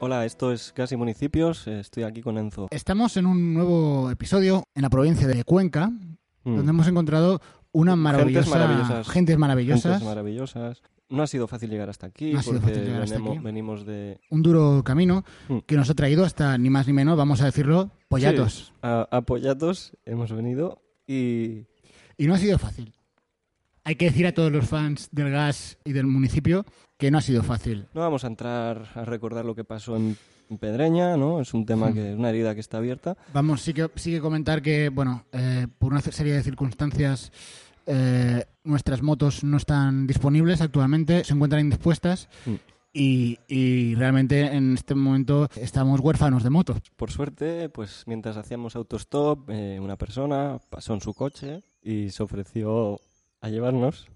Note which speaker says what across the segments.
Speaker 1: Hola, esto es Casi Municipios, estoy aquí con Enzo.
Speaker 2: Estamos en un nuevo episodio en la provincia de Cuenca,
Speaker 1: Mm.
Speaker 2: donde hemos encontrado una maravillosa...
Speaker 1: maravillosas.
Speaker 2: gentes maravillosas.
Speaker 1: Gentes maravillosas. No ha sido fácil llegar hasta aquí
Speaker 2: No ha sido
Speaker 1: porque
Speaker 2: fácil llegar hasta
Speaker 1: venemo-
Speaker 2: aquí.
Speaker 1: venimos de...
Speaker 2: un duro camino
Speaker 1: Mm.
Speaker 2: que nos ha traído hasta, ni más ni menos, vamos a decirlo, pollatos.
Speaker 1: Sí, a, a Pollatos hemos venido y...
Speaker 2: Y no ha sido fácil. Hay que decir a todos los fans del gas y del municipio que no ha sido fácil.
Speaker 1: No vamos a entrar a recordar lo que pasó en en Pedreña, ¿no? Es un tema
Speaker 2: Mm.
Speaker 1: que... una herida que está abierta.
Speaker 2: Vamos, sí que, sí que comentar que, bueno, eh, por una serie de circunstancias, eh, nuestras motos no están disponibles actualmente, se encuentran indispuestas
Speaker 1: Mm.
Speaker 2: y, y realmente en este momento estamos huérfanos de motos.
Speaker 1: Por suerte, pues mientras hacíamos autostop, eh, una persona pasó en su coche y se ofreció a llevarnos.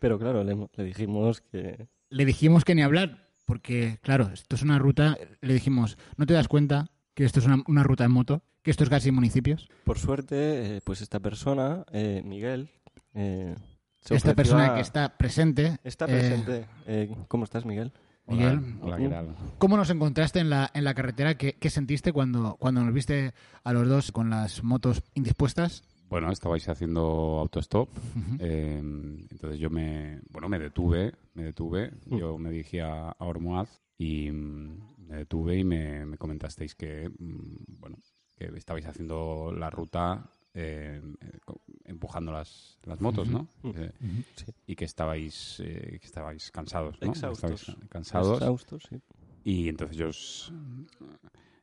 Speaker 1: Pero claro, le, le dijimos que...
Speaker 2: Le dijimos que ni hablar, porque, claro, esto es una ruta, le dijimos, ¿no te das cuenta que esto es una, una ruta en moto? Que esto es gas y municipios.
Speaker 1: Por suerte, eh, pues esta persona, eh, Miguel, eh, se
Speaker 2: Esta
Speaker 1: ofreció
Speaker 2: persona
Speaker 1: a-
Speaker 2: que está presente.
Speaker 1: está
Speaker 2: eh,
Speaker 1: presente. Eh, ¿Cómo estás, Miguel?
Speaker 2: Miguel,
Speaker 3: Hola, ¿qué tal?
Speaker 2: ¿Cómo nos encontraste en la, en la carretera? ¿Qué, qué sentiste cuando, cuando nos viste a los dos con las motos indispuestas?
Speaker 3: Bueno, estabais haciendo autostop,
Speaker 2: Ujú.
Speaker 3: eh, entonces yo me, bueno, me detuve, me detuve,
Speaker 1: Mm.
Speaker 3: yo me dirigí a, a Ormuaz y mm, me detuve y me, me comentasteis que, mm, bueno, que estabais haciendo la ruta eh, eh, co- empujando las, las motos, ¿no?
Speaker 1: Ujú.
Speaker 3: Eh,
Speaker 1: Sí.
Speaker 3: y que estabais, eh, que estabais cansados, ¿no?
Speaker 1: Exhaustos.
Speaker 3: Estabais cansados.
Speaker 1: Exhaustos, sí.
Speaker 3: Y entonces yo os,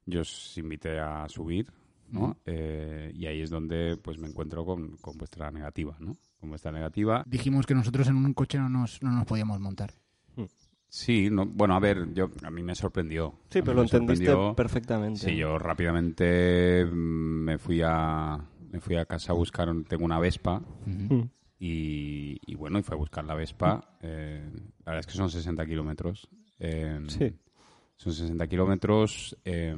Speaker 3: yo os invité a subir, ¿no?
Speaker 2: Ujú.
Speaker 3: Eh, y ahí es donde pues me encuentro con, con vuestra negativa, ¿no? Con vuestra negativa.
Speaker 2: Dijimos que nosotros en un coche no nos, no nos podíamos montar.
Speaker 3: Sí, no, bueno, a ver, yo a mí me sorprendió.
Speaker 1: Sí,
Speaker 3: A mí
Speaker 1: pero lo
Speaker 3: me
Speaker 1: entendiste
Speaker 3: sorprendió.
Speaker 1: perfectamente.
Speaker 3: Sí, yo rápidamente mm, me fui a me fui a casa a buscar, un- tengo una Vespa
Speaker 1: Mm.
Speaker 3: y, y bueno, y fui a buscar la Vespa. Eh, la verdad es que son 60 kilómetros. Eh,
Speaker 1: Sí.
Speaker 3: Son 60 kilómetros. eh,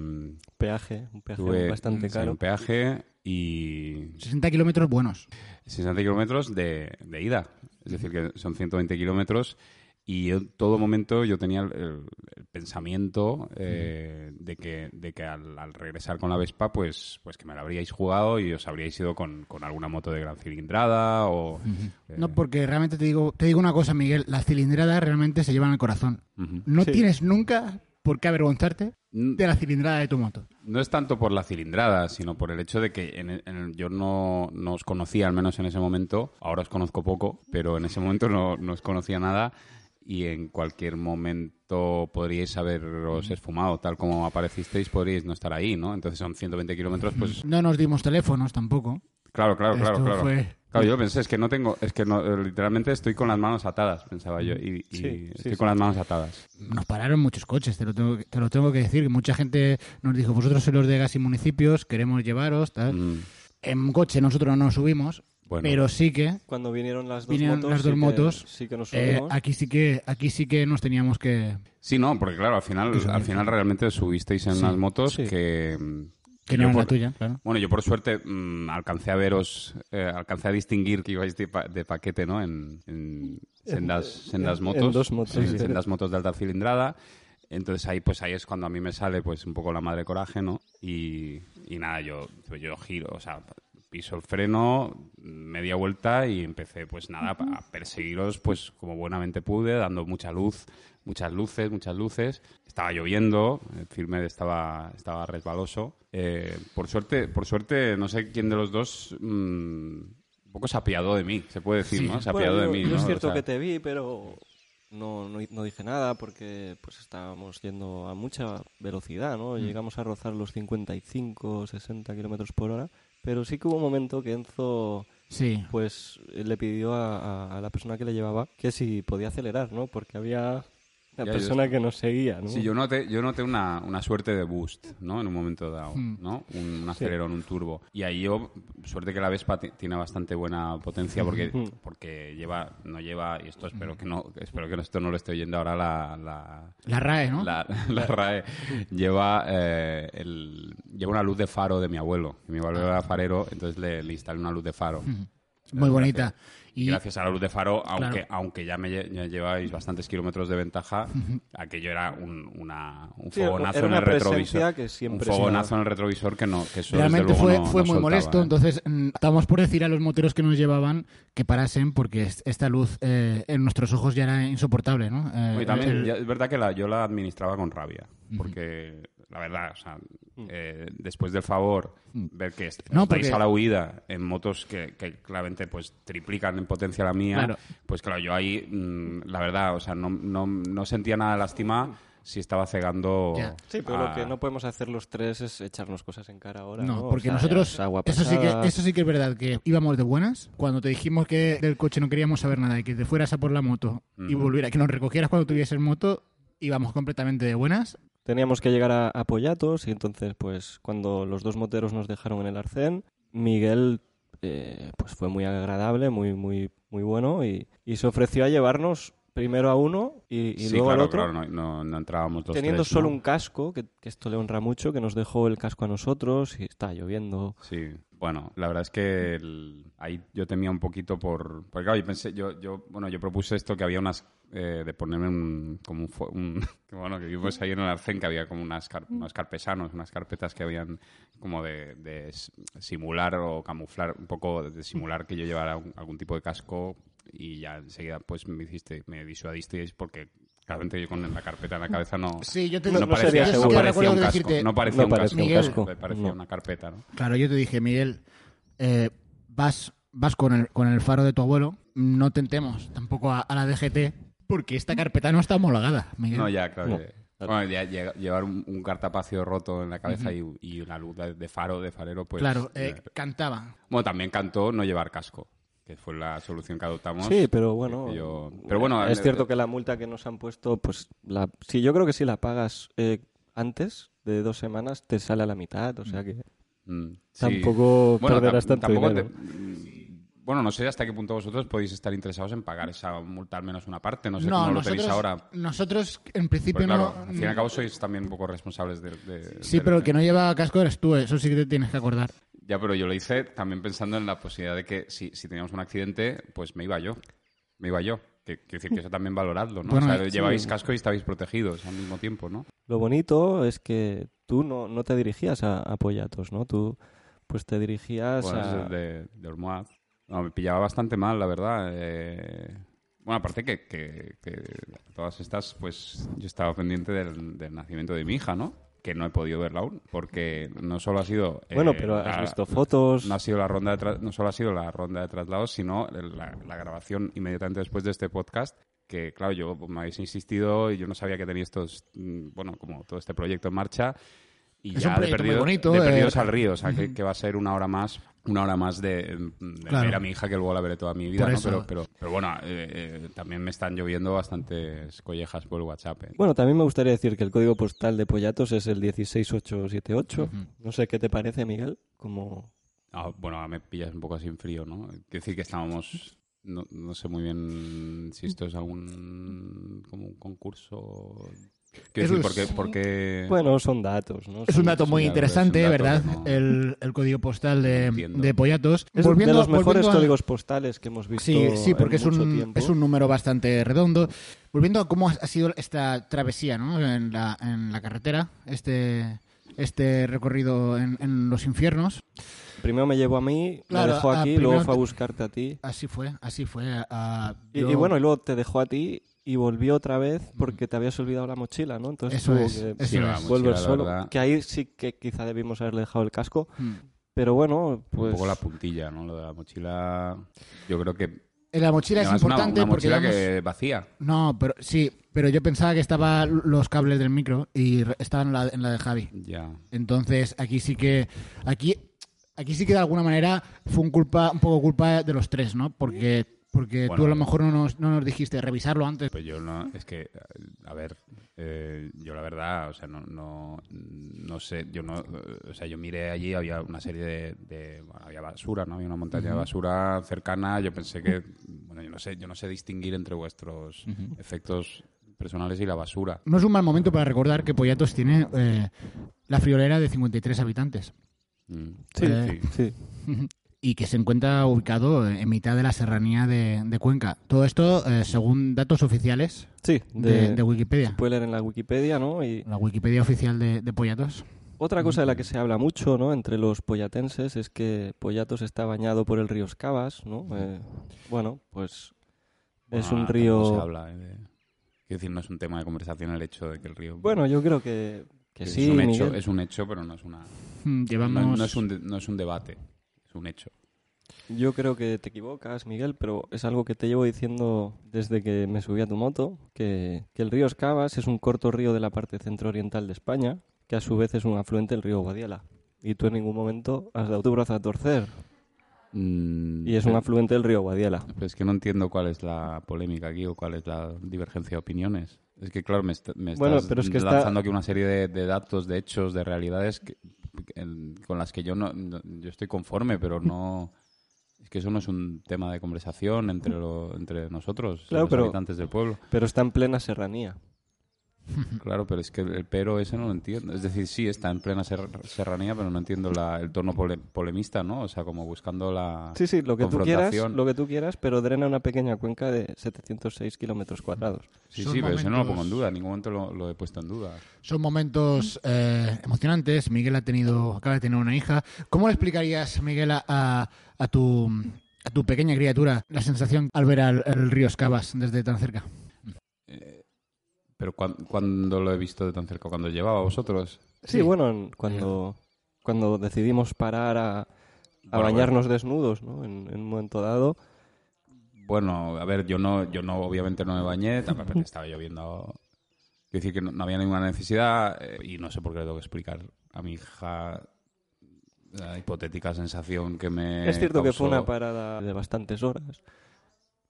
Speaker 1: Peaje, un peaje
Speaker 3: Tuve
Speaker 1: bastante
Speaker 3: sí,
Speaker 1: caro.
Speaker 3: un peaje y
Speaker 2: 60 kilómetros buenos.
Speaker 3: 60 kilómetros de, de ida. Es decir, que son 120 kilómetros. Y en todo momento yo tenía el, el- el pensamiento eh, de que, de que al, al regresar con la Vespa, pues, pues que me la habríais jugado y os habríais ido con, con alguna moto de gran cilindrada o... eh,
Speaker 2: No, porque realmente te digo, te digo una cosa, Miguel, las cilindradas realmente se llevan al corazón.
Speaker 3: ujú.
Speaker 2: No
Speaker 1: Sí.
Speaker 2: tienes nunca por qué avergonzarte
Speaker 3: Mm,
Speaker 2: de la cilindrada de tu moto.
Speaker 3: No es tanto por la cilindrada, sino por el hecho de que en el- en el- yo no, no os conocía, al menos en ese momento. Ahora os conozco poco, pero en ese momento no, no os conocía nada. Y en cualquier momento podríais
Speaker 1: Mm.
Speaker 3: haberos esfumado, tal como aparecisteis, podríais no estar ahí, ¿no? Entonces son 120 kilómetros, pues
Speaker 1: Mm.
Speaker 2: No nos dimos teléfonos tampoco.
Speaker 3: claro, claro, claro,
Speaker 2: Esto
Speaker 3: claro.
Speaker 2: fue-
Speaker 3: Claro, yo pensé, es que no tengo, es que no, eh, literalmente estoy con las manos atadas, pensaba yo, y, y
Speaker 1: Sí, sí,
Speaker 3: estoy
Speaker 1: sí.
Speaker 3: con las manos atadas.
Speaker 2: Nos pararon muchos coches, te lo, tengo, que- te lo tengo que decir. que Mucha gente nos dijo, vosotros sois los de gas y municipios, queremos llevaros. Tal.
Speaker 3: Mm,
Speaker 2: En coche nosotros no nos subimos,
Speaker 3: bueno,
Speaker 2: pero sí que
Speaker 1: Cuando vinieron las dos
Speaker 2: Vinieron
Speaker 1: motos,
Speaker 2: las dos
Speaker 1: sí que-
Speaker 2: motos,
Speaker 1: sí que nos
Speaker 2: eh,
Speaker 1: subimos.
Speaker 2: aquí sí que aquí sí que nos teníamos que
Speaker 3: sí, no, porque claro, al final,
Speaker 2: Pues,
Speaker 3: al final realmente subisteis en unas motos
Speaker 1: sí.
Speaker 3: que
Speaker 2: que
Speaker 3: Yo
Speaker 2: no era
Speaker 3: por-
Speaker 2: la tuya, claro.
Speaker 3: Bueno, yo por suerte mm, alcancé a veros, eh, alcancé a distinguir que ibais de, pa- de paquete, ¿no? En, en sendas, sendas
Speaker 1: en-
Speaker 3: motos.
Speaker 1: en dos motos,
Speaker 3: Sí,
Speaker 1: sí.
Speaker 3: sendas motos de alta cilindrada. Entonces ahí, pues ahí es cuando a mí me sale, pues un poco la madre coraje, ¿no? Y, y nada, yo, pues, yo giro, o sea, piso el freno, media vuelta y empecé, pues nada, a perseguiros, pues como buenamente pude, dando mucha luz, muchas luces, muchas luces. Estaba lloviendo, el firme estaba, estaba resbaloso. Eh, por suerte, por suerte, no sé quién de los dos mm, un poco se apiadó de mí, se puede decir,
Speaker 2: Sí.
Speaker 3: ¿no? Se
Speaker 1: Bueno,
Speaker 3: apiadó
Speaker 1: yo-
Speaker 3: de mí.
Speaker 1: yo
Speaker 3: ¿no?
Speaker 1: es
Speaker 3: O
Speaker 1: cierto
Speaker 3: sea,
Speaker 1: que te vi, pero no, no, no dije nada porque pues estábamos yendo a mucha velocidad,
Speaker 3: Mm.
Speaker 1: ¿no? Llegamos a rozar los 55, 60 kilómetros por hora, pero sí que hubo un momento que Enzo
Speaker 2: Sí.
Speaker 1: pues le pidió a, a- a la persona que le llevaba que si podía acelerar, ¿no? Porque había La
Speaker 3: Ya, yo
Speaker 1: persona que nos seguía, ¿no?
Speaker 3: Sí, yo noté, yo noté una, una suerte de boost, ¿no? En un momento dado,
Speaker 2: Hmm.
Speaker 3: ¿no? Un, un acelerón, un turbo. Y ahí yo, suerte que la Vespa ti- tiene bastante buena potencia porque, porque lleva, no lleva, y esto
Speaker 2: Hmm.
Speaker 3: espero que no, espero que no- esto no lo esté oyendo ahora la- la,
Speaker 2: La RAE, ¿no?
Speaker 3: la, la RAE lleva, eh, el- lleva una luz de faro de mi abuelo. Mi abuelo era farero, entonces le, le instalé una luz de faro.
Speaker 2: Muy bonita.
Speaker 3: Y
Speaker 2: Y
Speaker 3: gracias a la luz de faro, aunque,
Speaker 2: Claro.
Speaker 3: aunque ya me lle- ya lleváis bastantes kilómetros de ventaja, aquello era un, una- un
Speaker 1: Sí,
Speaker 3: fogonazo
Speaker 1: era
Speaker 3: en
Speaker 1: una
Speaker 3: el retrovisor.
Speaker 1: presencia que siempre
Speaker 3: un
Speaker 1: se
Speaker 3: fogonazo
Speaker 1: daba.
Speaker 3: en el retrovisor que no, que eso desde
Speaker 2: realmente
Speaker 3: luego
Speaker 2: fue,
Speaker 3: no-
Speaker 2: fue
Speaker 3: no
Speaker 2: muy
Speaker 3: soltaba,
Speaker 2: molesto.
Speaker 3: ¿eh?
Speaker 2: Entonces, mm, estábamos por decir a los moteros que nos llevaban que parasen porque es- esta luz eh, en nuestros ojos ya era insoportable, ¿no? Eh,
Speaker 3: Y también,
Speaker 2: el-
Speaker 3: ya es verdad que la- yo la administraba con rabia, porque la verdad, o sea, eh, después del favor, ver que est-
Speaker 2: Mm. No,
Speaker 3: estáis
Speaker 2: porque-
Speaker 3: a la huida en motos que, que claramente pues triplican en potencia la mía,
Speaker 2: Claro.
Speaker 3: pues claro, yo ahí, mm, la verdad, o sea, no, no- no sentía nada de lástima si estaba cegando.
Speaker 2: Ya.
Speaker 1: Sí, pero
Speaker 3: a-
Speaker 1: lo que no podemos hacer los tres es echarnos cosas en cara ahora. No,
Speaker 2: No,
Speaker 1: O
Speaker 2: porque
Speaker 1: sea,
Speaker 2: nosotros,
Speaker 1: es agua
Speaker 2: eso, sí
Speaker 1: pasada.
Speaker 2: que, eso sí que es verdad, que íbamos de buenas. Cuando te dijimos que del coche no queríamos saber nada y que te fueras a por la moto y
Speaker 3: Ujú.
Speaker 2: volvieras, que nos recogieras cuando tuvieses moto, íbamos completamente de buenas.
Speaker 1: Teníamos que llegar a, a Pollatos y entonces, pues, cuando los dos moteros nos dejaron en el arcén, Miguel, eh, pues, fue muy agradable, muy, muy, muy bueno y, y se ofreció a llevarnos primero a uno y, y
Speaker 3: Sí,
Speaker 1: luego
Speaker 3: claro,
Speaker 1: al otro.
Speaker 3: claro, no, no- no entrábamos los
Speaker 1: Teniendo
Speaker 3: tres,
Speaker 1: solo
Speaker 3: ¿no?
Speaker 1: un casco, que, que esto le honra mucho, que nos dejó el casco a nosotros y está lloviendo.
Speaker 3: Sí, bueno, la verdad es que el- ahí yo temía un poquito por... Porque claro, yo pensé, yo, yo, bueno, yo propuse esto que había unas... eh, de ponerme un, como un, fo- un- que bueno, que vimos ahí en el arcén que había como unas car- unos carpesanos, unas carpetas que habían como de, de s- simular o camuflar, un poco de simular que yo llevara un- algún tipo de casco y ya enseguida pues me hiciste, me disuadisteis porque claramente yo con la carpeta en la cabeza no...
Speaker 2: Sí, yo te
Speaker 3: no,
Speaker 1: No
Speaker 3: parecía,
Speaker 1: sería
Speaker 3: no
Speaker 1: seguro.
Speaker 3: parecía
Speaker 2: recuerdo
Speaker 3: un casco,
Speaker 2: decirte-
Speaker 3: no parecía
Speaker 1: No
Speaker 3: un
Speaker 1: parecía
Speaker 3: casco,
Speaker 2: un casco.
Speaker 3: me parecía
Speaker 1: No.
Speaker 3: una carpeta, ¿no?
Speaker 2: Claro, yo te dije, Miguel, eh, vas, vas con, el, con el faro de tu abuelo, no tentemos tampoco a, a la DGT, porque esta carpeta no está homologada, Miguel.
Speaker 3: No, ya, claro.
Speaker 1: No.
Speaker 3: que- Bueno, ya lle- llevar un, un cartapacio roto en la cabeza y, y una luz de, de faro, de farero, pues...
Speaker 2: claro, eh,
Speaker 3: ya.
Speaker 2: cantaba.
Speaker 3: Bueno, también cantó no llevar casco, que fue la solución que adoptamos.
Speaker 1: Sí, pero bueno.
Speaker 3: que yo- pero bueno,
Speaker 1: es
Speaker 3: eh,
Speaker 1: cierto que la multa que nos han puesto, pues la, sí, yo creo que si la pagas eh, antes de dos semanas te sale a la mitad, o sea que
Speaker 3: Mm, sí.
Speaker 1: tampoco
Speaker 3: Bueno,
Speaker 1: perderás
Speaker 3: tam-
Speaker 1: tanto
Speaker 3: tampoco
Speaker 1: dinero.
Speaker 3: te- mm, Bueno, no sé hasta qué punto vosotros podéis estar interesados en pagar esa multa al menos una parte. No sé cómo lo tenéis ahora.
Speaker 2: nosotros en
Speaker 3: Porque,
Speaker 2: principio
Speaker 3: claro,
Speaker 2: no... mm.
Speaker 3: al fin y al cabo sois también un poco responsables de... de-
Speaker 2: Sí,
Speaker 3: del-
Speaker 2: pero el que no lleva casco eres tú, eh, eso sí que te tienes que acordar.
Speaker 3: Ya, pero yo lo hice también pensando en la posibilidad de que si, si teníamos un accidente, pues me iba yo. Me iba yo. Que, quiero decir que eso también valoradlo, ¿no?
Speaker 2: Bueno,
Speaker 3: o sea,
Speaker 2: sí.
Speaker 3: llevabais casco y estabais protegidos al mismo tiempo, ¿no?
Speaker 1: Lo bonito es que tú no, no te dirigías a, a Pollatos, ¿no? Tú pues te dirigías
Speaker 3: Bueno,
Speaker 1: a...
Speaker 3: eso es de, de Ormuaz. No, me pillaba bastante mal, la verdad. eh. Bueno, aparte que, que- que todas estas, pues yo estaba pendiente del, del nacimiento de mi hija, ¿no? Que no he podido verla aún, porque no solo ha sido... eh,
Speaker 1: Bueno, pero has
Speaker 3: la-
Speaker 1: visto fotos.
Speaker 3: no ha sido la ronda de tra- no solo ha sido la ronda de traslados, sino la, la grabación inmediatamente después de este podcast que claro, yo pues, me habéis insistido y yo no sabía que tenía estos mm, bueno, como todo este proyecto en marcha y
Speaker 2: Es
Speaker 3: ya
Speaker 2: un
Speaker 3: de,
Speaker 2: proyecto muy
Speaker 3: perdido-
Speaker 2: bonito,
Speaker 3: de
Speaker 2: eh.
Speaker 3: perdidos al río, o sea, que, que va a ser una hora más una hora más de, mm, de
Speaker 2: Claro.
Speaker 3: ver a mi hija que luego la veré toda mi vida,
Speaker 2: Por
Speaker 3: ¿no?
Speaker 2: eso.
Speaker 3: Pero, pero, pero bueno, eh, eh, también me están lloviendo bastantes collejas por el WhatsApp. eh.
Speaker 1: Bueno, también me gustaría decir que el código postal de Pollatos es el 16878. No sé qué te parece, Miguel, como...
Speaker 3: Ah, bueno, ahora me pillas un poco así en frío, ¿no? Quiero decir que estábamos, no, no sé muy bien si esto es algún como un concurso. Quiero
Speaker 2: Eso
Speaker 3: decir, porque,
Speaker 2: es-
Speaker 3: porque
Speaker 1: Bueno, son datos, ¿no?
Speaker 2: Es
Speaker 1: Son-
Speaker 2: un dato muy
Speaker 3: sí, la verdad, es un
Speaker 2: interesante,
Speaker 3: dato
Speaker 2: ¿verdad?
Speaker 3: que no-
Speaker 2: El, el código postal de,
Speaker 3: Entiendo.
Speaker 2: de Pollatos.
Speaker 1: Es de los mejores
Speaker 2: volviendo a-
Speaker 1: códigos postales que hemos visto
Speaker 2: Sí, sí, porque
Speaker 1: en
Speaker 2: es
Speaker 1: mucho
Speaker 2: un,
Speaker 1: tiempo.
Speaker 2: es un número bastante redondo. Volviendo a cómo ha ha sido esta travesía ¿no? en, la, en la carretera, este, este recorrido en, en los infiernos.
Speaker 1: Primero me llevó a mí,
Speaker 2: Claro,
Speaker 1: me dejó
Speaker 2: ah,
Speaker 1: aquí,
Speaker 2: primero
Speaker 1: luego fue a
Speaker 2: te-
Speaker 1: buscarte a ti.
Speaker 2: Así fue, así fue. ah,
Speaker 1: Y,
Speaker 2: yo-
Speaker 1: y bueno, y luego te dejó a ti y volvió otra vez porque te habías olvidado la mochila, ¿no? Entonces
Speaker 2: Eso
Speaker 1: tuvo
Speaker 2: es,
Speaker 1: que
Speaker 2: eso
Speaker 3: Sí, la
Speaker 2: es.
Speaker 3: mochila,
Speaker 1: volver
Speaker 3: la
Speaker 1: solo.
Speaker 3: verdad.
Speaker 1: Que ahí sí que quizá debimos haberle dejado el casco.
Speaker 2: Mm.
Speaker 1: Pero bueno,
Speaker 3: un
Speaker 1: pues...
Speaker 3: poco la puntilla, ¿no? Lo de la mochila. Yo creo que
Speaker 2: Eh, la mochila es
Speaker 3: además, una-
Speaker 2: importante
Speaker 3: una,
Speaker 2: porque
Speaker 3: mochila
Speaker 2: digamos-
Speaker 3: que vacía.
Speaker 2: No, pero sí, pero yo pensaba que estaban los cables del micro y re- estaban en la, en la de Javi.
Speaker 3: Ya.
Speaker 2: Entonces, aquí sí que. Aquí, aquí sí que de alguna manera fue un culpa, un poco culpa de los tres, ¿no? Porque Porque
Speaker 3: Bueno.
Speaker 2: tú a lo mejor no nos, no nos dijiste revisarlo antes.
Speaker 3: Pues yo no, es que, a ver, eh, yo la verdad, o sea, no, no, no sé, yo no, o sea, yo miré allí, había una serie de, de- bueno, había basura, ¿no? Había una montaña de basura cercana, yo pensé que, bueno, yo no sé, yo no sé distinguir entre vuestros efectos personales y la basura.
Speaker 2: No es un mal momento para recordar que Pollatos tiene eh, la friolera de 53 habitantes
Speaker 3: Mm.
Speaker 1: Sí,
Speaker 2: Eh.
Speaker 1: sí.
Speaker 2: y que se encuentra ubicado en mitad de la serranía de, de Cuenca. Todo esto eh, según datos oficiales
Speaker 1: Sí,
Speaker 2: de,
Speaker 1: de,
Speaker 2: de Wikipedia.
Speaker 3: pues
Speaker 1: puede leer en la Wikipedia, ¿no? Y
Speaker 2: La Wikipedia oficial de, de Pollatos.
Speaker 1: otra cosa de la que se habla mucho, ¿no? Entre los pollatenses es que Pollatos está bañado por el río Escabas, ¿no? Eh, bueno, pues es un
Speaker 3: Bueno, tampoco se
Speaker 1: río...
Speaker 3: habla, eh, de- Quiero decir, no es un tema de conversación el hecho de que el río...
Speaker 1: Bueno, yo creo que, que
Speaker 3: es
Speaker 1: sí,
Speaker 3: un hecho,
Speaker 1: Miguel.
Speaker 3: es un hecho, pero no es una,
Speaker 2: Mm,
Speaker 3: no,
Speaker 2: Llevamos...
Speaker 3: no es un, de- no es un debate, es un hecho.
Speaker 1: Yo creo que te equivocas, Miguel, pero es algo que te llevo diciendo desde que me subí a tu moto, que, que el río Escabas es un corto río de la parte centro-oriental de España, que a su vez es un afluente del río Guadiela. Y tú en ningún momento has dado tu brazo a torcer.
Speaker 3: Mm,
Speaker 1: Y es un
Speaker 3: pero-
Speaker 1: afluente del río Guadiela.
Speaker 3: Pero es que no entiendo cuál es la polémica aquí o cuál es la divergencia de opiniones. Es que, claro, me, est- me estás
Speaker 1: Bueno, pero es que está-
Speaker 3: lanzando aquí una serie de, de datos, de hechos, de realidades que- en- con las que yo no, no- yo estoy conforme, pero no... Es que eso no es un tema de conversación entre, lo- entre nosotros,
Speaker 1: Claro,
Speaker 3: los
Speaker 1: pero-
Speaker 3: habitantes del pueblo.
Speaker 1: Pero está en plena serranía.
Speaker 3: Claro, pero es que el pero ese no lo entiendo. Es decir, sí, está en plena ser- serranía, pero no entiendo la- el tono pole- polemista, ¿no? O sea, como buscando la
Speaker 1: Sí, sí, lo que tú quieras,
Speaker 3: confrontación.
Speaker 1: lo que tú quieras, pero drena una pequeña cuenca de 706 kilómetros cuadrados.
Speaker 3: Sí,
Speaker 2: Son
Speaker 3: sí, pero eso no lo pongo en
Speaker 2: momentos-
Speaker 3: duda. En ningún momento lo, lo he puesto en duda.
Speaker 2: Son momentos eh, emocionantes. Miguel ha tenido, acaba de tener una hija. ¿Cómo le explicarías, Miguel, a- a, a tu a tu pequeña criatura la sensación al ver al, al río Escabas desde tan cerca?
Speaker 3: Pero cuan- cuando lo he visto de tan cerca, cuando llevaba a vosotros.
Speaker 1: Sí,
Speaker 2: Sí.
Speaker 1: bueno, en- cuando, cuando decidimos parar a, a
Speaker 3: Bueno,
Speaker 1: bañarnos desnudos, ¿no? En, en un momento dado.
Speaker 3: Bueno, a ver, yo no, yo no, obviamente no me bañé, tampoco estaba lloviendo. Quiero decir que no, no había ninguna necesidad eh, y no sé por qué le tengo que explicar a mi hija la hipotética sensación que me.
Speaker 1: es cierto que fue
Speaker 3: causó.
Speaker 1: una parada de bastantes horas.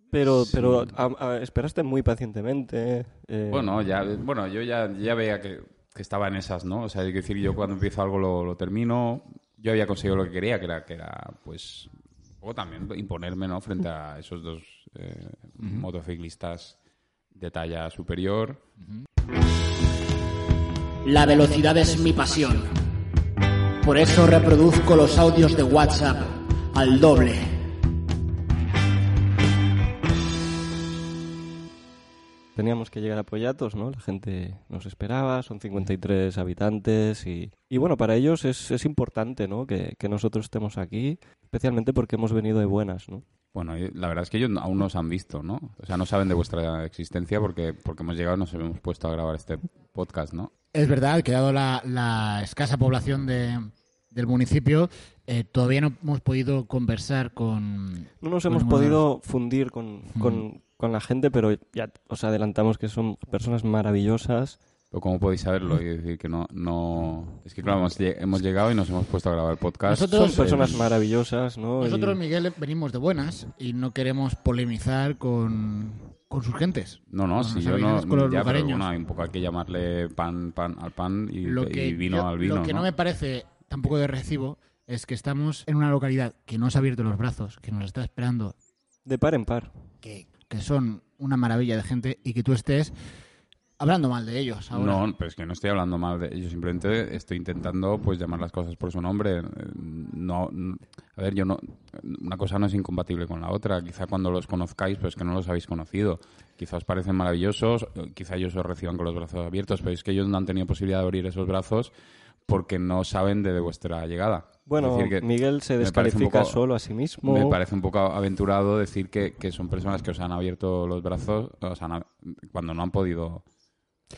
Speaker 1: Pero,
Speaker 3: Sí.
Speaker 1: pero a- a- esperaste muy pacientemente. eh,
Speaker 3: Bueno, ya, bueno, yo ya, ya veía que, que estaba en esas, ¿no? O sea, hay que decir, yo cuando empiezo algo lo, lo termino. Yo había conseguido lo que quería, que era, que era pues, o también imponerme, ¿no? Frente a esos dos eh, motociclistas de talla superior.
Speaker 4: La velocidad es mi pasión. Por eso reproduzco los audios de WhatsApp al doble.
Speaker 1: Teníamos que llegar a Pollatos, ¿no? La gente nos esperaba, son 53 habitantes y, y bueno, para ellos es, es importante, ¿no? Que, que nosotros estemos aquí, especialmente porque hemos venido de buenas, ¿no?
Speaker 3: Bueno, y la verdad es que ellos no- aún no os han visto, ¿no? O sea, no saben de vuestra existencia porque, porque hemos llegado y nos hemos puesto a grabar este podcast, ¿no?
Speaker 2: Es verdad que dado la, la escasa población de, del municipio, eh, todavía no hemos podido conversar con...
Speaker 1: No nos
Speaker 2: con ninguna de
Speaker 1: hemos
Speaker 2: las-
Speaker 1: podido fundir con,
Speaker 3: Mm.
Speaker 1: con- con la gente, pero ya os adelantamos que son personas maravillosas.
Speaker 3: Pero ¿Cómo podéis saberlo? Y decir que no, no... Es que, claro, hemos, lle- hemos llegado y nos hemos puesto a grabar el podcast.
Speaker 2: Nosotros-
Speaker 1: Son personas
Speaker 3: El-
Speaker 1: maravillosas, ¿no? Y-
Speaker 2: Nosotros, Miguel, venimos de buenas y no queremos polemizar con, con sus gentes.
Speaker 3: No, no,
Speaker 2: Con
Speaker 3: si
Speaker 2: los
Speaker 3: yo no.
Speaker 2: habitantes, con los
Speaker 3: ya, pero
Speaker 2: lugareños.
Speaker 3: bueno, hay un poco hay que llamarle pan, pan al pan y,
Speaker 2: lo
Speaker 3: y
Speaker 2: que
Speaker 3: vino
Speaker 2: yo-
Speaker 3: al vino.
Speaker 2: Lo que ¿no?
Speaker 3: ¿no?
Speaker 2: me parece tampoco de recibo es que estamos en una localidad que nos ha abierto los brazos, que nos está esperando,
Speaker 1: De par en par.
Speaker 2: que, que son una maravilla de gente y que tú estés hablando mal de ellos ahora.
Speaker 3: No, pero es que no estoy hablando mal de Yo simplemente estoy intentando pues llamar las cosas por su nombre. Eh, No, n- a ver, yo no una cosa no es incompatible con la otra. Quizá cuando los conozcáis, pues que no los habéis conocido. Quizá os parecen maravillosos, eh, quizá ellos os reciban con los brazos abiertos, pero es que ellos no han tenido posibilidad de abrir esos brazos porque no saben de, de vuestra llegada.
Speaker 1: Bueno,
Speaker 3: Es decir que-
Speaker 1: Miguel se
Speaker 3: me parece un
Speaker 1: descalifica
Speaker 3: poco-
Speaker 1: solo a sí mismo.
Speaker 3: Me parece un poco aventurado decir que, que son personas que os han abierto los brazos os han ab- cuando no han podido.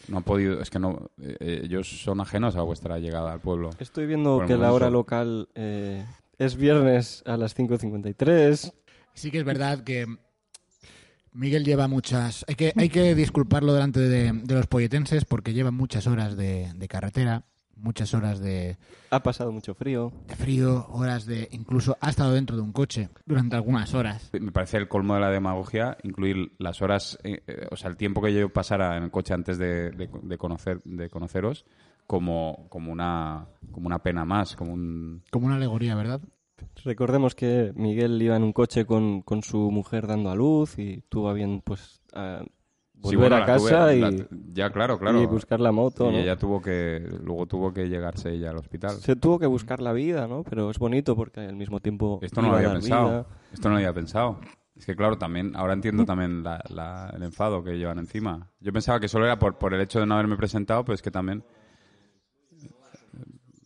Speaker 3: No han podido. Es que no. eh, eh, ellos son ajenos a vuestra llegada al pueblo.
Speaker 1: Estoy viendo
Speaker 3: Por el
Speaker 1: que la
Speaker 3: momento.
Speaker 1: hora local eh, es viernes a las 5.53.
Speaker 2: Sí que es verdad que Miguel lleva muchas... Hay que, hay que disculparlo delante de, de los polletenses porque lleva muchas horas de, de carretera, muchas horas de,
Speaker 1: Ha pasado mucho frío.
Speaker 2: de frío, horas de... Incluso ha estado dentro de un coche durante algunas horas.
Speaker 3: Me parece el colmo de la demagogia incluir las horas, eh, eh, o sea, el tiempo que yo pasara en el coche antes de, de- de conocer, de conoceros como, como, una, como una pena más, como un...
Speaker 2: Como una alegoría, ¿verdad?
Speaker 1: Recordemos que Miguel iba en un coche con, con su mujer dando a luz y tuvo a bien, pues, a volver
Speaker 3: Sí, bueno,
Speaker 1: a
Speaker 3: la
Speaker 1: casa
Speaker 3: tuve-
Speaker 1: y,
Speaker 3: la- ya, claro, claro.
Speaker 1: y buscar la moto,
Speaker 3: Y
Speaker 1: ¿no?
Speaker 3: ella tuvo que, luego tuvo que llegarse ella al hospital.
Speaker 1: Se tuvo que buscar la vida, ¿no? Pero es bonito porque al mismo tiempo
Speaker 3: Esto no
Speaker 1: iba
Speaker 3: lo
Speaker 1: a
Speaker 3: había
Speaker 1: dar
Speaker 3: pensado.
Speaker 1: vida. Mm.
Speaker 3: Esto no lo había pensado. Es que claro, también, ahora entiendo también la- la- el enfado que llevan encima. Yo pensaba que solo era por, por el hecho de no haberme presentado, pero es que también...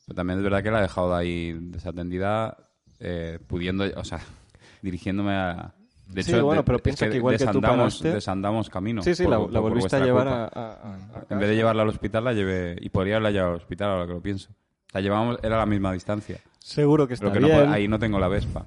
Speaker 3: Pero también es verdad que la he dejado de ahí desatendida, eh, pudiendo, o sea, dirigiéndome a... De
Speaker 1: Sí,
Speaker 3: hecho,
Speaker 1: bueno,
Speaker 3: de-
Speaker 1: pero
Speaker 3: es
Speaker 1: piensa que igual que tú
Speaker 3: desandamos,
Speaker 1: paraste-
Speaker 3: desandamos camino.
Speaker 1: Sí, sí,
Speaker 3: por-
Speaker 1: la,
Speaker 3: por-
Speaker 1: la
Speaker 3: por
Speaker 1: volviste a
Speaker 3: vuestra
Speaker 1: llevar
Speaker 3: culpa.
Speaker 1: a, a- a- a
Speaker 3: En vez de llevarla al hospital, la llevé... Y podría haberla llevado al hospital, ahora que lo pienso. La llevábamos... Era a la misma distancia.
Speaker 1: Seguro que está
Speaker 3: Pero que no
Speaker 1: bien.
Speaker 3: pod- ahí no tengo la Vespa.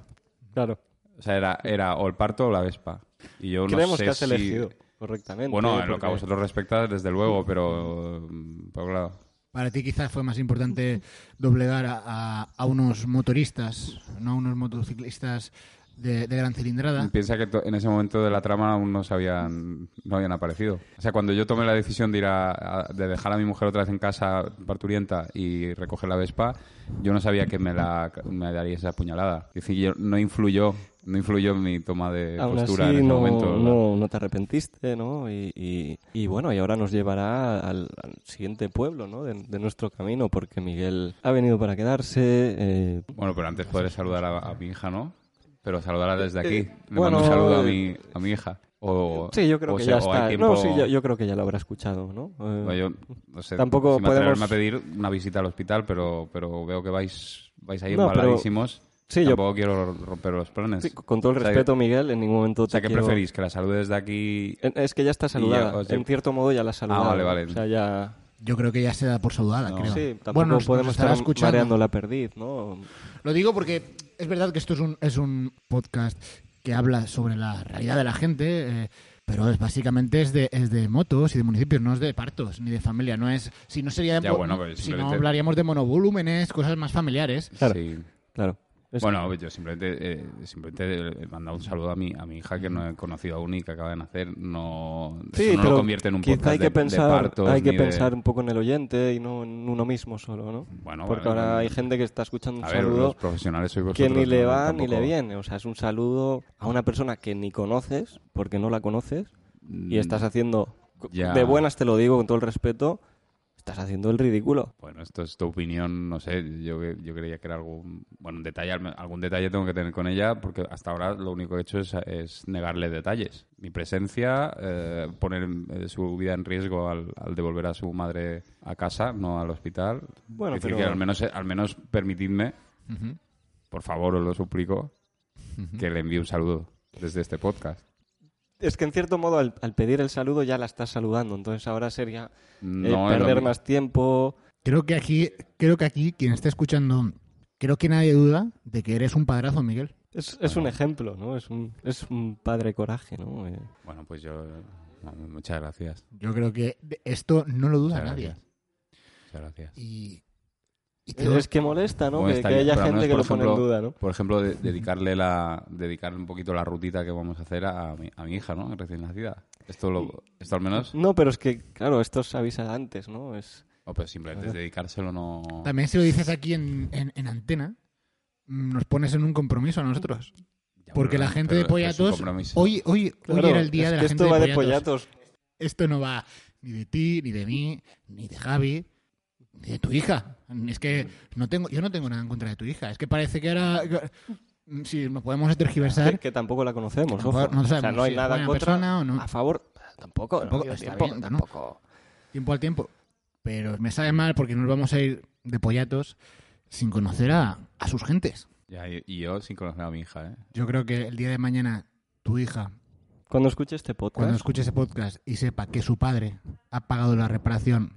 Speaker 1: Claro.
Speaker 3: O sea, era, era o el parto o la Vespa. Y yo
Speaker 1: Creemos
Speaker 3: no sé
Speaker 1: que has
Speaker 3: si-
Speaker 1: elegido correctamente. ¿eh?
Speaker 3: Bueno, en lo
Speaker 1: porque-
Speaker 3: que a vosotros respecta, desde luego, pero. mm, pero claro.
Speaker 2: Para ti quizás fue más importante doblegar a, a- a unos motoristas, no a unos motociclistas de, de gran cilindrada.
Speaker 3: Piensa que to- en ese momento de la trama aún no, se habían, no habían aparecido. O sea, cuando yo tomé la decisión de ir a, a- de dejar a mi mujer otra vez en casa parturienta y recoger la Vespa, yo no sabía que me, la, me daría esa puñalada. Es decir, yo- no influyó no influyó en mi toma de
Speaker 1: Aún
Speaker 3: postura
Speaker 1: así,
Speaker 3: en ese
Speaker 1: no,
Speaker 3: momento.
Speaker 1: no, no te arrepentiste, ¿no? Y, y- y bueno, y ahora nos llevará al, al siguiente pueblo, ¿no? De, de nuestro camino, porque Miguel ha venido para quedarse. eh,
Speaker 3: Bueno, pero antes podré saludar a, a mi hija, ¿no? Pero saludarla desde aquí.
Speaker 1: Eh,
Speaker 3: Le mando
Speaker 1: bueno,
Speaker 3: un saludo a
Speaker 1: eh,
Speaker 3: mi, a mi hija. O,
Speaker 1: sí, yo creo
Speaker 3: o
Speaker 1: que
Speaker 3: se-
Speaker 1: ya
Speaker 3: o hay
Speaker 1: está.
Speaker 3: tiempo-
Speaker 1: No, sí, yo, yo creo que ya lo habrá escuchado, ¿no? Eh,
Speaker 3: o yo, no sé,
Speaker 1: Tampoco
Speaker 3: sin atreverme
Speaker 1: podemos-
Speaker 3: a pedir una visita al hospital, pero, pero veo que vais, vais ahí
Speaker 1: No, pero-
Speaker 3: embaladísimos.
Speaker 1: Sí, yo-
Speaker 3: Tampoco quiero romper los planes.
Speaker 1: sí, con todo el
Speaker 3: pues, O sea,
Speaker 1: respeto, Miguel, en ningún momento
Speaker 3: O sea,
Speaker 1: te
Speaker 3: ¿qué
Speaker 1: quiero-
Speaker 3: preferís? ¿Que la salude desde aquí?
Speaker 1: Eh, Es que ya está saludada.
Speaker 3: os llevo-
Speaker 1: en cierto modo ya la saludada.
Speaker 3: Ah, vale, vale.
Speaker 1: O sea, ya...
Speaker 2: Yo creo que ya se da por saludada, creo.
Speaker 1: Sí, tampoco
Speaker 2: bueno, nos- nos
Speaker 1: podemos
Speaker 2: estará
Speaker 1: estar mareando la perdiz, ¿no?
Speaker 2: Lo digo porque es verdad que esto es un, es un podcast que habla sobre la realidad de la gente, eh, pero es básicamente es de, es de motos y de municipios, no es de partos ni de familia. No es, si no sería de
Speaker 3: Ya,
Speaker 2: mo-
Speaker 3: bueno,
Speaker 1: pues
Speaker 3: pero
Speaker 2: si no
Speaker 3: simplemente-
Speaker 2: hablaríamos de monovolúmenes, cosas más familiares.
Speaker 1: Claro.
Speaker 3: Sí.
Speaker 1: Claro. Es-
Speaker 3: Bueno, yo simplemente, eh, simplemente he mandado un saludo a mi, a mi hija que no he conocido aún y que acaba de nacer. No,
Speaker 1: Sí,
Speaker 3: eso no
Speaker 1: pero
Speaker 3: lo convierte en un
Speaker 1: quizá
Speaker 3: podcast
Speaker 1: hay que
Speaker 3: de- de
Speaker 1: pensar,
Speaker 3: partos
Speaker 1: hay que
Speaker 3: ni de-
Speaker 1: pensar un poco en el oyente y no en uno mismo solo, ¿no?
Speaker 3: Bueno,
Speaker 1: Porque
Speaker 3: vale,
Speaker 1: ahora
Speaker 3: vale.
Speaker 1: hay gente que está escuchando un
Speaker 3: A ver,
Speaker 1: saludo
Speaker 3: los profesionales sois vosotros.
Speaker 1: que ni le
Speaker 3: ¿no?
Speaker 1: va ni
Speaker 3: Tampoco-
Speaker 1: le viene, o sea, es un saludo a una persona que ni conoces porque no la conoces y
Speaker 3: Mm,
Speaker 1: estás haciendo
Speaker 3: ya.
Speaker 1: de buenas te lo digo con todo el respeto, estás haciendo el ridículo.
Speaker 3: Bueno, esto es tu opinión, no sé, yo, yo creía que era algún... Bueno, un detalle, al- algún detalle tengo que tener con ella porque hasta ahora lo único que he hecho es, es negarle detalles. Mi presencia, eh, poner eh, su vida en riesgo al, al devolver a su madre a casa, no al hospital.
Speaker 1: Bueno,
Speaker 3: Es decir,
Speaker 1: pero-
Speaker 3: que al menos, al menos permitidme, por favor, os lo suplico, que le envíe un saludo desde este podcast.
Speaker 1: Es que en cierto modo al, al pedir el saludo ya la estás saludando, entonces ahora sería eh,
Speaker 3: No es lo
Speaker 1: perder
Speaker 3: mi-
Speaker 1: más tiempo.
Speaker 2: Creo que aquí, creo que aquí quien esté escuchando, creo que nadie duda de que eres un padrazo, Miguel.
Speaker 1: Es, es un ejemplo, ¿no? Es un, es un padre coraje, ¿no? Eh,
Speaker 3: Bueno, pues yo... bueno, Muchas gracias.
Speaker 2: Yo creo que de- esto no lo duda
Speaker 3: Muchas
Speaker 2: nadie.
Speaker 3: gracias. Muchas gracias.
Speaker 2: Y, y te-
Speaker 1: Es que molesta, ¿no? Que-
Speaker 3: Molesta,
Speaker 1: que, haya
Speaker 3: pero al
Speaker 1: gente que lo
Speaker 3: menos, por
Speaker 1: pone en
Speaker 3: ejemplo,
Speaker 1: duda, ¿no?
Speaker 3: Por ejemplo, de- dedicarle la dedicarle un poquito la rutita que vamos a hacer a mi, a mi hija, ¿no? Recién nacida. Esto lo, esto al menos,
Speaker 1: No, pero es que, claro, esto se avisa antes, ¿no? Es...
Speaker 3: o pues simplemente es dedicárselo no.
Speaker 2: también si lo dices aquí en, en- en antena, mm, nos pones en un compromiso a nosotros.
Speaker 3: Ya,
Speaker 2: Porque
Speaker 3: pero-
Speaker 2: la gente
Speaker 3: pero
Speaker 2: de
Speaker 3: esto es un
Speaker 2: Pollatos,
Speaker 3: compromiso.
Speaker 2: hoy, hoy,
Speaker 1: Claro,
Speaker 2: hoy era el día
Speaker 1: es
Speaker 2: de la
Speaker 1: que
Speaker 2: gente
Speaker 1: esto va
Speaker 2: de
Speaker 1: de
Speaker 2: Pollatos.
Speaker 1: pollatos.
Speaker 2: Esto no va ni de ti, ni de mí, ni de Javi, ni de tu hija. Es que no tengo, yo no tengo nada en contra de tu hija. Es que parece que ahora, que- si nos podemos
Speaker 1: Que,
Speaker 2: tergiversar,
Speaker 1: que tampoco la conocemos,
Speaker 2: Tampoco-
Speaker 1: ojo.
Speaker 2: no
Speaker 1: o sea,
Speaker 2: sabemos
Speaker 1: no hay
Speaker 2: si es
Speaker 1: nada en
Speaker 2: buena
Speaker 1: contra.
Speaker 2: persona o no.
Speaker 1: A favor, tampoco.
Speaker 2: Tampoco,
Speaker 1: ¿no?
Speaker 2: está
Speaker 1: Tampoco-
Speaker 2: bien, ¿no?
Speaker 1: tampoco.
Speaker 2: tiempo al tiempo. Pero me sabe mal porque nos vamos a ir de Pollatos sin conocer a, a sus gentes.
Speaker 3: Ya, y, y yo sin conocer a mi hija, ¿eh?
Speaker 2: Yo creo que el día de mañana tu hija
Speaker 1: Cuando escuche este podcast,
Speaker 2: cuando escuche ese podcast y sepa que su padre ha pagado la reparación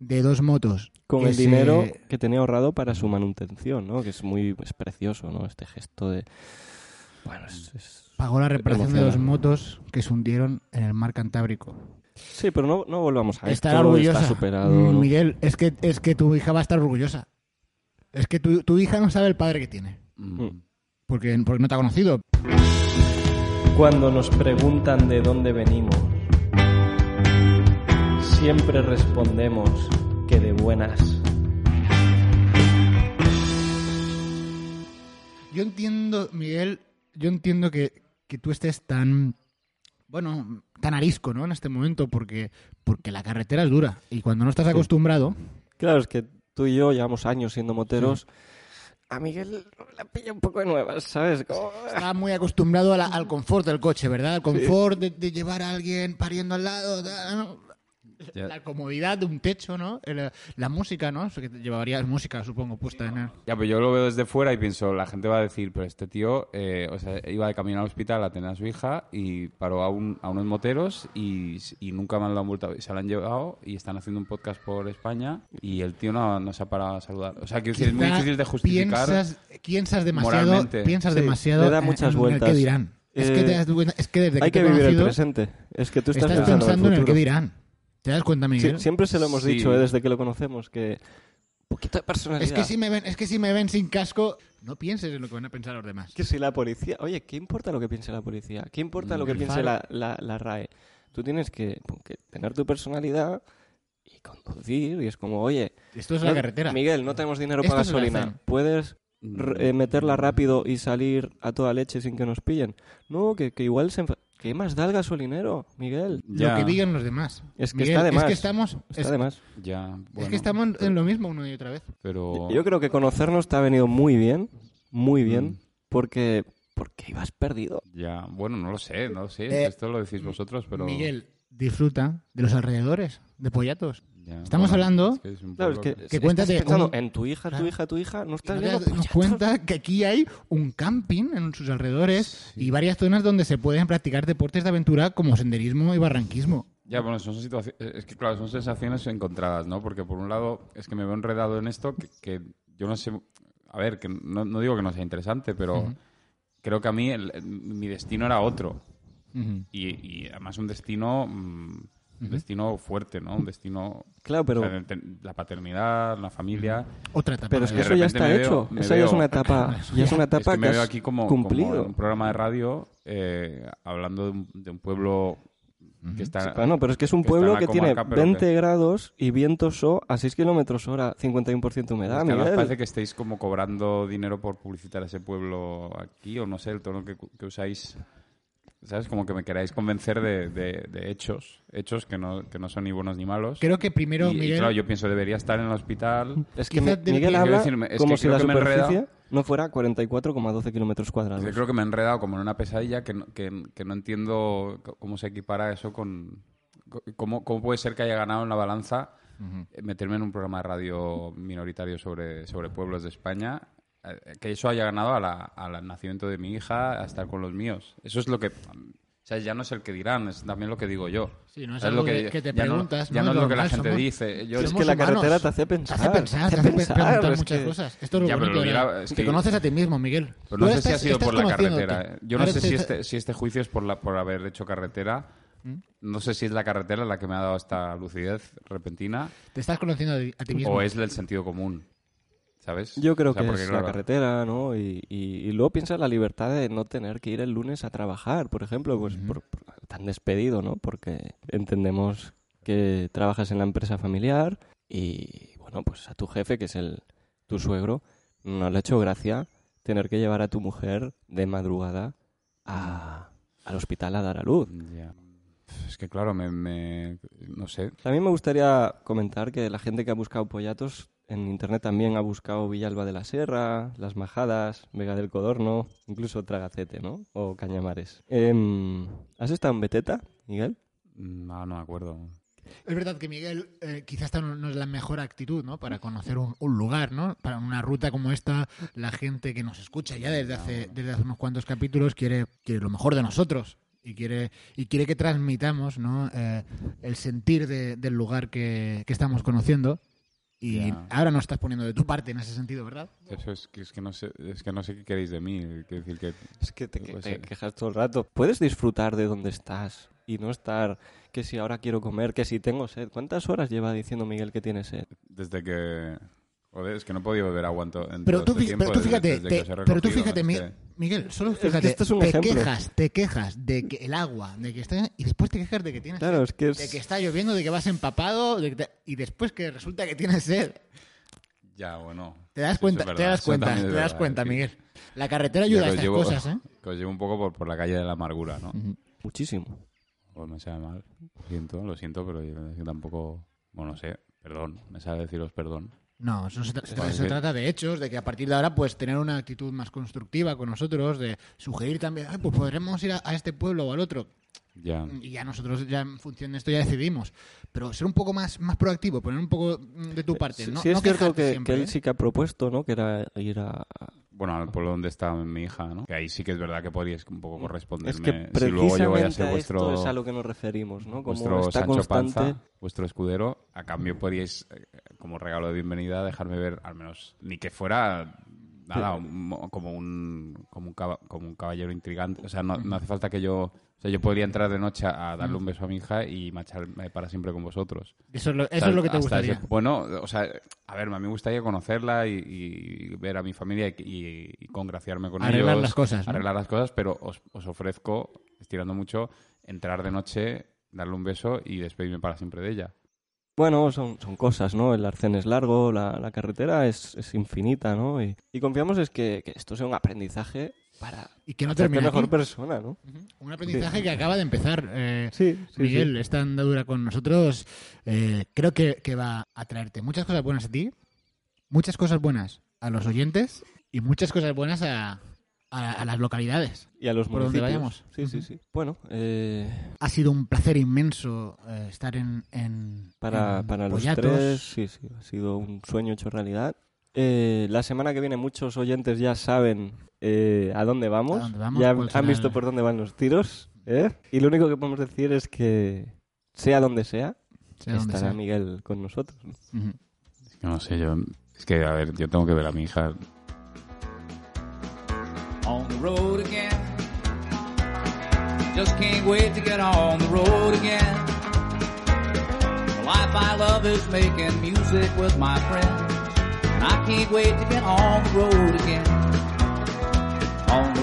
Speaker 2: de dos motos
Speaker 1: con
Speaker 2: que
Speaker 1: el
Speaker 2: se-
Speaker 1: dinero que tenía ahorrado para su manutención, ¿no? Que es muy es precioso, ¿no? Este gesto de... Bueno, es... es-
Speaker 2: pagó la reparación de dos
Speaker 1: Emocionante.
Speaker 2: motos que se hundieron en el mar Cantábrico.
Speaker 1: Sí, pero no, no volvamos a
Speaker 2: Estar
Speaker 1: Ah, esto.
Speaker 2: orgullosa.
Speaker 1: Está superado.
Speaker 2: Mm,
Speaker 1: ¿no?
Speaker 2: Miguel, es que, es que tu hija va a estar orgullosa. Es que tu, tu hija no sabe el padre que tiene.
Speaker 1: Mm.
Speaker 2: Porque, porque no te ha conocido.
Speaker 1: Cuando nos preguntan de dónde venimos, siempre respondemos que de buenas.
Speaker 2: Yo entiendo, Miguel, yo entiendo que, que tú estés tan, bueno, tan arisco, ¿no? En este momento, porque, porque la carretera es dura. Y cuando no estás acostumbrado,
Speaker 1: Claro, es que tú y yo llevamos años siendo moteros. A Miguel la pilla un poco de nuevas, ¿sabes? Como-
Speaker 2: estás muy acostumbrado a la- al confort del coche, ¿verdad? Al confort de, de llevar a alguien pariendo al lado, tal, ¿no? la comodidad de un techo, ¿no? El- la música, ¿no? O sea, que te llevarías música, supongo, puesta en el...
Speaker 3: Ya, pero yo lo veo desde fuera y pienso, la gente va a decir, pero este tío, eh, o sea, iba de camino al hospital a tener a su hija y paró a, un- a unos moteros y, y nunca más lo han vuelto a- Se la han llevado y están haciendo un podcast por España y el tío no, no se ha parado a saludar. O sea, que es muy
Speaker 2: Quizá
Speaker 3: difícil de justificar.
Speaker 2: Piensas, piensas demasiado,
Speaker 3: moralmente.
Speaker 2: piensas
Speaker 1: Sí,
Speaker 2: demasiado
Speaker 1: le da
Speaker 2: en-
Speaker 1: muchas
Speaker 2: en el
Speaker 1: vueltas.
Speaker 2: qué dirán. es, que
Speaker 1: Eh,
Speaker 2: te das cuenta- es que desde
Speaker 1: Hay
Speaker 2: que
Speaker 1: que
Speaker 2: te he
Speaker 1: vivir el
Speaker 2: conocido,
Speaker 1: presente. Es que tú estás,
Speaker 2: estás
Speaker 1: pensando,
Speaker 2: pensando en el
Speaker 1: futuro.
Speaker 2: qué dirán. ¿Te das cuenta,
Speaker 1: Sí,
Speaker 2: Miguel?
Speaker 1: siempre se lo hemos
Speaker 3: Sí.
Speaker 1: dicho ¿eh? desde que lo conocemos, que un poquito de personalidad.
Speaker 2: es, que si me ven, es que si me ven sin casco, no pienses en lo que van a pensar los demás.
Speaker 1: Que si la policía... Oye, ¿qué importa lo que piense la policía? ¿Qué importa lo que
Speaker 2: El
Speaker 1: piense
Speaker 2: faro.
Speaker 1: la, la- la RAE? Tú tienes que, pues, que tener tu personalidad y conducir y es como, oye...
Speaker 2: Esto es la
Speaker 1: no-
Speaker 2: carretera.
Speaker 1: Miguel, no tenemos dinero
Speaker 2: Esto
Speaker 1: para
Speaker 2: es la
Speaker 1: gasolina.
Speaker 2: hacen.
Speaker 1: ¿Puedes
Speaker 3: Mm,
Speaker 1: r- eh, meterla rápido y salir a toda leche sin que nos pillen? No, que, que igual se... enfa- ¿Qué más da el gasolinero, Miguel?
Speaker 3: Ya,
Speaker 2: Lo que digan los demás.
Speaker 1: Es que
Speaker 2: Miguel,
Speaker 1: está de
Speaker 2: Es
Speaker 1: más.
Speaker 2: que estamos,
Speaker 1: Está
Speaker 2: es-
Speaker 1: de más.
Speaker 3: ya,
Speaker 2: es
Speaker 3: bueno,
Speaker 2: que estamos en lo mismo una y otra vez.
Speaker 3: Pero...
Speaker 1: Yo creo que conocernos te ha venido muy bien, muy bien,
Speaker 2: Mm.
Speaker 1: porque porque ibas perdido.
Speaker 3: Ya, bueno, no lo sé, no lo sé.
Speaker 2: Eh,
Speaker 3: Esto lo decís vosotros, pero...
Speaker 2: Miguel, disfruta de los alrededores, de Pollatos.
Speaker 3: ya,
Speaker 2: estamos hablando-
Speaker 3: es que es un
Speaker 1: Claro, es
Speaker 3: poco
Speaker 1: que
Speaker 3: que-
Speaker 2: Que
Speaker 1: estás
Speaker 2: cuéntate
Speaker 1: pensando
Speaker 2: un-
Speaker 1: en tu hija, tu
Speaker 2: Claro.
Speaker 1: hija, tu hija, no
Speaker 2: Y
Speaker 1: estás
Speaker 2: no
Speaker 1: viendo
Speaker 2: te das
Speaker 1: payasos.
Speaker 2: cuenta que aquí hay un camping en sus alrededores y varias zonas donde se pueden practicar deportes de aventura como senderismo y barranquismo.
Speaker 3: Ya, bueno, son situaci- eh, Es que, claro, son sensaciones encontradas, ¿no? Porque, por un lado, es que me veo enredado en esto que, que yo no sé... A ver, que no, no digo que no sea interesante, pero creo que a mí el- el- mi destino era otro. Y, y además un destino... mm, un destino fuerte, ¿no? Un destino...
Speaker 1: Claro, pero
Speaker 3: o sea, ten- la paternidad, la familia...
Speaker 2: Otra etapa.
Speaker 1: pero es
Speaker 2: de
Speaker 1: que
Speaker 3: de
Speaker 2: la
Speaker 1: eso ya
Speaker 3: repente
Speaker 1: está
Speaker 3: me veo-
Speaker 1: hecho.
Speaker 3: me
Speaker 1: Esa ya es
Speaker 3: veo-
Speaker 1: una etapa, ya es una
Speaker 3: Es
Speaker 1: etapa
Speaker 3: que
Speaker 1: que,
Speaker 3: me veo
Speaker 1: has
Speaker 3: aquí como,
Speaker 1: cumplido.
Speaker 3: como en un programa de radio eh, hablando de un, de un pueblo que está...
Speaker 1: Sí, pero no, pero es que es un
Speaker 3: que está en
Speaker 1: pueblo
Speaker 3: la
Speaker 1: que
Speaker 3: comarca,
Speaker 1: tiene
Speaker 3: pero
Speaker 1: 20
Speaker 3: que-
Speaker 1: grados y viento so a 6 kilómetros hora, 51% humedad,
Speaker 3: Es que además
Speaker 1: Ah, Miguel.
Speaker 3: parece que estáis como cobrando dinero por publicitar ese pueblo aquí, o no sé, el tono que, que usáis. ¿Sabes? Como que me queráis convencer de, de- de hechos. Hechos que no, que no son ni buenos ni malos.
Speaker 2: Creo que primero,
Speaker 3: y, y
Speaker 2: Miguel,
Speaker 3: claro, yo pienso, debería estar en el hospital.
Speaker 1: Es que
Speaker 2: Quizá
Speaker 1: Mi-
Speaker 2: del-
Speaker 1: Miguel
Speaker 2: Quiero
Speaker 1: habla
Speaker 3: decirme, es que
Speaker 1: como si
Speaker 3: creo
Speaker 1: la
Speaker 3: que me he enredado.
Speaker 1: superficie no fuera 44,12 kilómetros cuadrados.
Speaker 3: Yo creo que me he enredado como en una pesadilla que no, que- que no entiendo c- cómo se equipara eso con... co- Cómo, cómo puede ser que haya ganado en la balanza eh, meterme en un programa de radio minoritario sobre, sobre pueblos de España? eh, Que eso haya ganado a la- al nacimiento de mi hija, a estar con los míos. Eso es lo que... O sea, ya no es el que dirán, es también lo que digo yo.
Speaker 2: Sí, no es
Speaker 3: ¿Sabes
Speaker 2: algo que- que te
Speaker 3: ya no-
Speaker 2: preguntas,
Speaker 3: ya
Speaker 2: ¿no?
Speaker 3: no,
Speaker 2: Es
Speaker 3: es lo que la
Speaker 2: normal,
Speaker 3: gente
Speaker 2: somos-
Speaker 3: dice. Yo,
Speaker 1: Es
Speaker 2: somos
Speaker 1: que la
Speaker 2: humanos.
Speaker 1: carretera te hace pensar.
Speaker 2: Te hace pensar, te hace
Speaker 1: pensar,
Speaker 2: preguntar
Speaker 1: es
Speaker 2: muchas
Speaker 1: que-
Speaker 2: cosas. Esto es lo
Speaker 3: Ya, pero
Speaker 2: bonito
Speaker 3: lo
Speaker 2: de la-
Speaker 3: hubiera- es
Speaker 2: Te
Speaker 3: que-
Speaker 2: conoces a ti mismo, Miguel.
Speaker 3: Pero
Speaker 2: Tú
Speaker 3: no sé
Speaker 2: estás-
Speaker 3: si ha sido
Speaker 2: estás
Speaker 3: por la
Speaker 2: conociéndote.
Speaker 3: carretera. eh. Yo no
Speaker 2: Ahora
Speaker 3: sé
Speaker 2: te
Speaker 3: si
Speaker 2: está-
Speaker 3: este, si este juicio es por, la, por haber hecho carretera.
Speaker 2: ¿Mm?
Speaker 3: No sé si es la carretera la que me ha dado esta lucidez repentina
Speaker 2: Te estás conociendo a ti mismo.
Speaker 3: o es el sentido común. ¿Sabes?
Speaker 1: Yo creo
Speaker 3: O sea,
Speaker 1: que
Speaker 3: porque,
Speaker 1: es
Speaker 3: claro,
Speaker 1: la carretera, ¿no? Y, y- y luego piensa en la libertad de no tener que ir el lunes a trabajar, por ejemplo, pues por- por- tan despedido, ¿no? Porque entendemos que trabajas en la empresa familiar y, bueno, pues a tu jefe, que es el tu suegro, no le ha hecho gracia tener que llevar a tu mujer de madrugada a- al hospital a dar a luz.
Speaker 3: ya. Es que claro, me, me- no sé.
Speaker 1: A mí me gustaría comentar que la gente que ha buscado pollatos en internet también ha buscado Villalba de la Sierra, Las Majadas, Vega del Codorno, incluso Tragacete, ¿no? O Cañamares. Em, ¿Has estado en Beteta, Miguel?
Speaker 3: Mm, ah, No, no me acuerdo.
Speaker 2: Es verdad que Miguel, eh, quizás esta no, no es la mejor actitud, ¿no? Para conocer un, un lugar, ¿no? Para una ruta como esta, la gente que nos escucha ya desde hace, desde hace unos cuantos capítulos quiere, quiere lo mejor de nosotros y quiere, y quiere que transmitamos, ¿no? Eh, el sentir de- del lugar que, que estamos conociendo. Y
Speaker 3: Ya.
Speaker 2: ahora no estás poniendo de tu parte en ese sentido, ¿verdad?
Speaker 3: Eso es que, es que no sé, es que no sé qué queréis de mí. Quiero decir que
Speaker 1: Es que te,
Speaker 3: Pues sí.
Speaker 1: quejas todo el rato. ¿Puedes disfrutar de donde estás? y no estar que si ahora quiero comer, que si tengo sed. ¿Cuántas horas lleva diciendo Miguel que tiene sed?
Speaker 3: Desde que... Joder, es que no he podido beber agua en to- en
Speaker 2: Pero
Speaker 3: todo
Speaker 2: tú,
Speaker 3: este
Speaker 2: fí-
Speaker 3: tiempo,
Speaker 2: pero tú
Speaker 3: desde-
Speaker 2: fíjate,
Speaker 3: desde
Speaker 2: te-
Speaker 3: que os he
Speaker 2: pero tú
Speaker 3: recogido,
Speaker 2: fíjate,
Speaker 3: es
Speaker 2: Mi-
Speaker 3: que-
Speaker 2: Miguel, solo
Speaker 1: que
Speaker 2: fíjate,
Speaker 1: este es un
Speaker 2: te
Speaker 1: ejemplo.
Speaker 2: quejas, te quejas de que el agua, de que está y después te quejas de que tienes
Speaker 1: Claro,
Speaker 2: sed,
Speaker 1: es que
Speaker 2: de
Speaker 1: es...
Speaker 2: que está lloviendo, de que vas empapado, de que te- y después que resulta que tienes sed.
Speaker 3: Ya, bueno.
Speaker 2: Te das
Speaker 3: Sí,
Speaker 2: cuenta,
Speaker 3: eso es
Speaker 2: te
Speaker 3: verdad,
Speaker 2: das
Speaker 3: eso
Speaker 2: cuenta,
Speaker 3: también es
Speaker 2: te das
Speaker 3: verdad,
Speaker 2: cuenta,
Speaker 3: sí.
Speaker 2: Miguel. La carretera
Speaker 3: Ya
Speaker 2: ayuda
Speaker 3: que
Speaker 2: a
Speaker 3: os
Speaker 2: estas
Speaker 3: llevo-
Speaker 2: cosas, ¿eh?
Speaker 3: Que os llevo un poco por, por la calle de la amargura, ¿no?
Speaker 1: Muchísimo.
Speaker 3: Pues me sabe mal. Lo siento, lo siento, pero yo es que tampoco... Bueno, no sé. Perdón. Me sabe deciros perdón.
Speaker 2: No, eso se, tra- se-
Speaker 3: Vale,
Speaker 2: se
Speaker 3: que-
Speaker 2: trata de hechos, de que a partir de ahora pues tener una actitud más constructiva con nosotros, de sugerir también, "Ay, pues podremos ir a, a este pueblo o al otro,
Speaker 3: Ya.
Speaker 2: y ya nosotros ya en función de esto ya decidimos, pero ser un poco más, más proactivo, poner un poco mm, de tu
Speaker 3: Eh,
Speaker 2: parte,
Speaker 1: Sí,
Speaker 2: no,
Speaker 1: sí es
Speaker 2: no
Speaker 1: cierto
Speaker 2: quejarte
Speaker 1: que,
Speaker 2: siempre,
Speaker 1: que
Speaker 2: ¿eh?
Speaker 1: él sí que ha propuesto, ¿no? Que era ir a...
Speaker 3: Bueno, al pueblo donde está mi hija, ¿no? Que ahí sí que es verdad que podríais un poco
Speaker 1: Es
Speaker 3: corresponderme.
Speaker 1: que
Speaker 3: si luego yo voy a
Speaker 1: precisamente
Speaker 3: ser
Speaker 1: a
Speaker 3: vuestro...
Speaker 1: esto es a lo que nos referimos, ¿no? Como
Speaker 3: vuestro
Speaker 1: está
Speaker 3: Sancho
Speaker 1: constante...
Speaker 3: Panza, vuestro escudero, a cambio podríais, eh, como regalo de bienvenida, dejarme ver, al menos, ni que fuera nada, un mo- como, un, como, un caba- como un caballero intrigante. O sea, no, no hace falta que yo... O sea, yo podría entrar de noche a darle
Speaker 1: Mm.
Speaker 3: un beso a mi hija y marcharme para siempre con vosotros.
Speaker 2: Eso es lo, eso
Speaker 3: Hasta-
Speaker 2: es lo que te
Speaker 3: hasta
Speaker 2: gustaría.
Speaker 3: ese- bueno, o sea, a ver, a mí me gustaría conocerla y, y ver a mi familia y, y- y congraciarme con ellos.
Speaker 2: Arreglar las cosas, ¿no?
Speaker 3: Arreglar las cosas, pero os, os ofrezco, estirando mucho, entrar de noche, darle un beso y despedirme para siempre de ella.
Speaker 1: Bueno, son, son cosas, ¿no? El arcén es largo, la, la carretera es, es infinita, ¿no? Y, y confiamos es que, que esto sea un aprendizaje para
Speaker 2: Y que no
Speaker 3: este
Speaker 1: ser
Speaker 2: termina
Speaker 1: mejor
Speaker 2: aquí.
Speaker 1: persona, ¿no?
Speaker 2: Un aprendizaje que acaba de empezar. eh,
Speaker 1: Sí, sí,
Speaker 2: Miguel, esta andadura con nosotros eh, creo que, que va a traerte muchas cosas buenas a ti, muchas cosas buenas a los oyentes y muchas cosas buenas a, a- a las localidades.
Speaker 1: Y a los
Speaker 2: Por donde
Speaker 1: municipios.
Speaker 2: vayamos.
Speaker 1: Sí, sí, sí. Bueno, eh,
Speaker 2: Ha sido un placer inmenso eh, estar en, en-
Speaker 1: para,
Speaker 2: en
Speaker 1: para los
Speaker 2: Boyatos.
Speaker 1: tres, sí, sí, ha sido un sueño hecho realidad. Eh, la semana que viene muchos oyentes ya saben eh, a dónde vamos,
Speaker 2: ¿A dónde vamos?
Speaker 1: ya
Speaker 2: ¿Cuál
Speaker 1: han,
Speaker 2: será
Speaker 1: visto
Speaker 2: el-
Speaker 1: por dónde van los tiros, ¿eh? Y lo único que podemos decir es que, sea donde sea,
Speaker 2: sea donde
Speaker 1: estará
Speaker 2: sea.
Speaker 1: Miguel con nosotros. ¿no?
Speaker 2: Ujú.
Speaker 3: No sé, yo... Es que, a ver, yo tengo que ver a mi hija
Speaker 5: on the road again. Just can't wait to get on the road again. The life I love is making music with my friends. And I can't wait to get on the road again. On the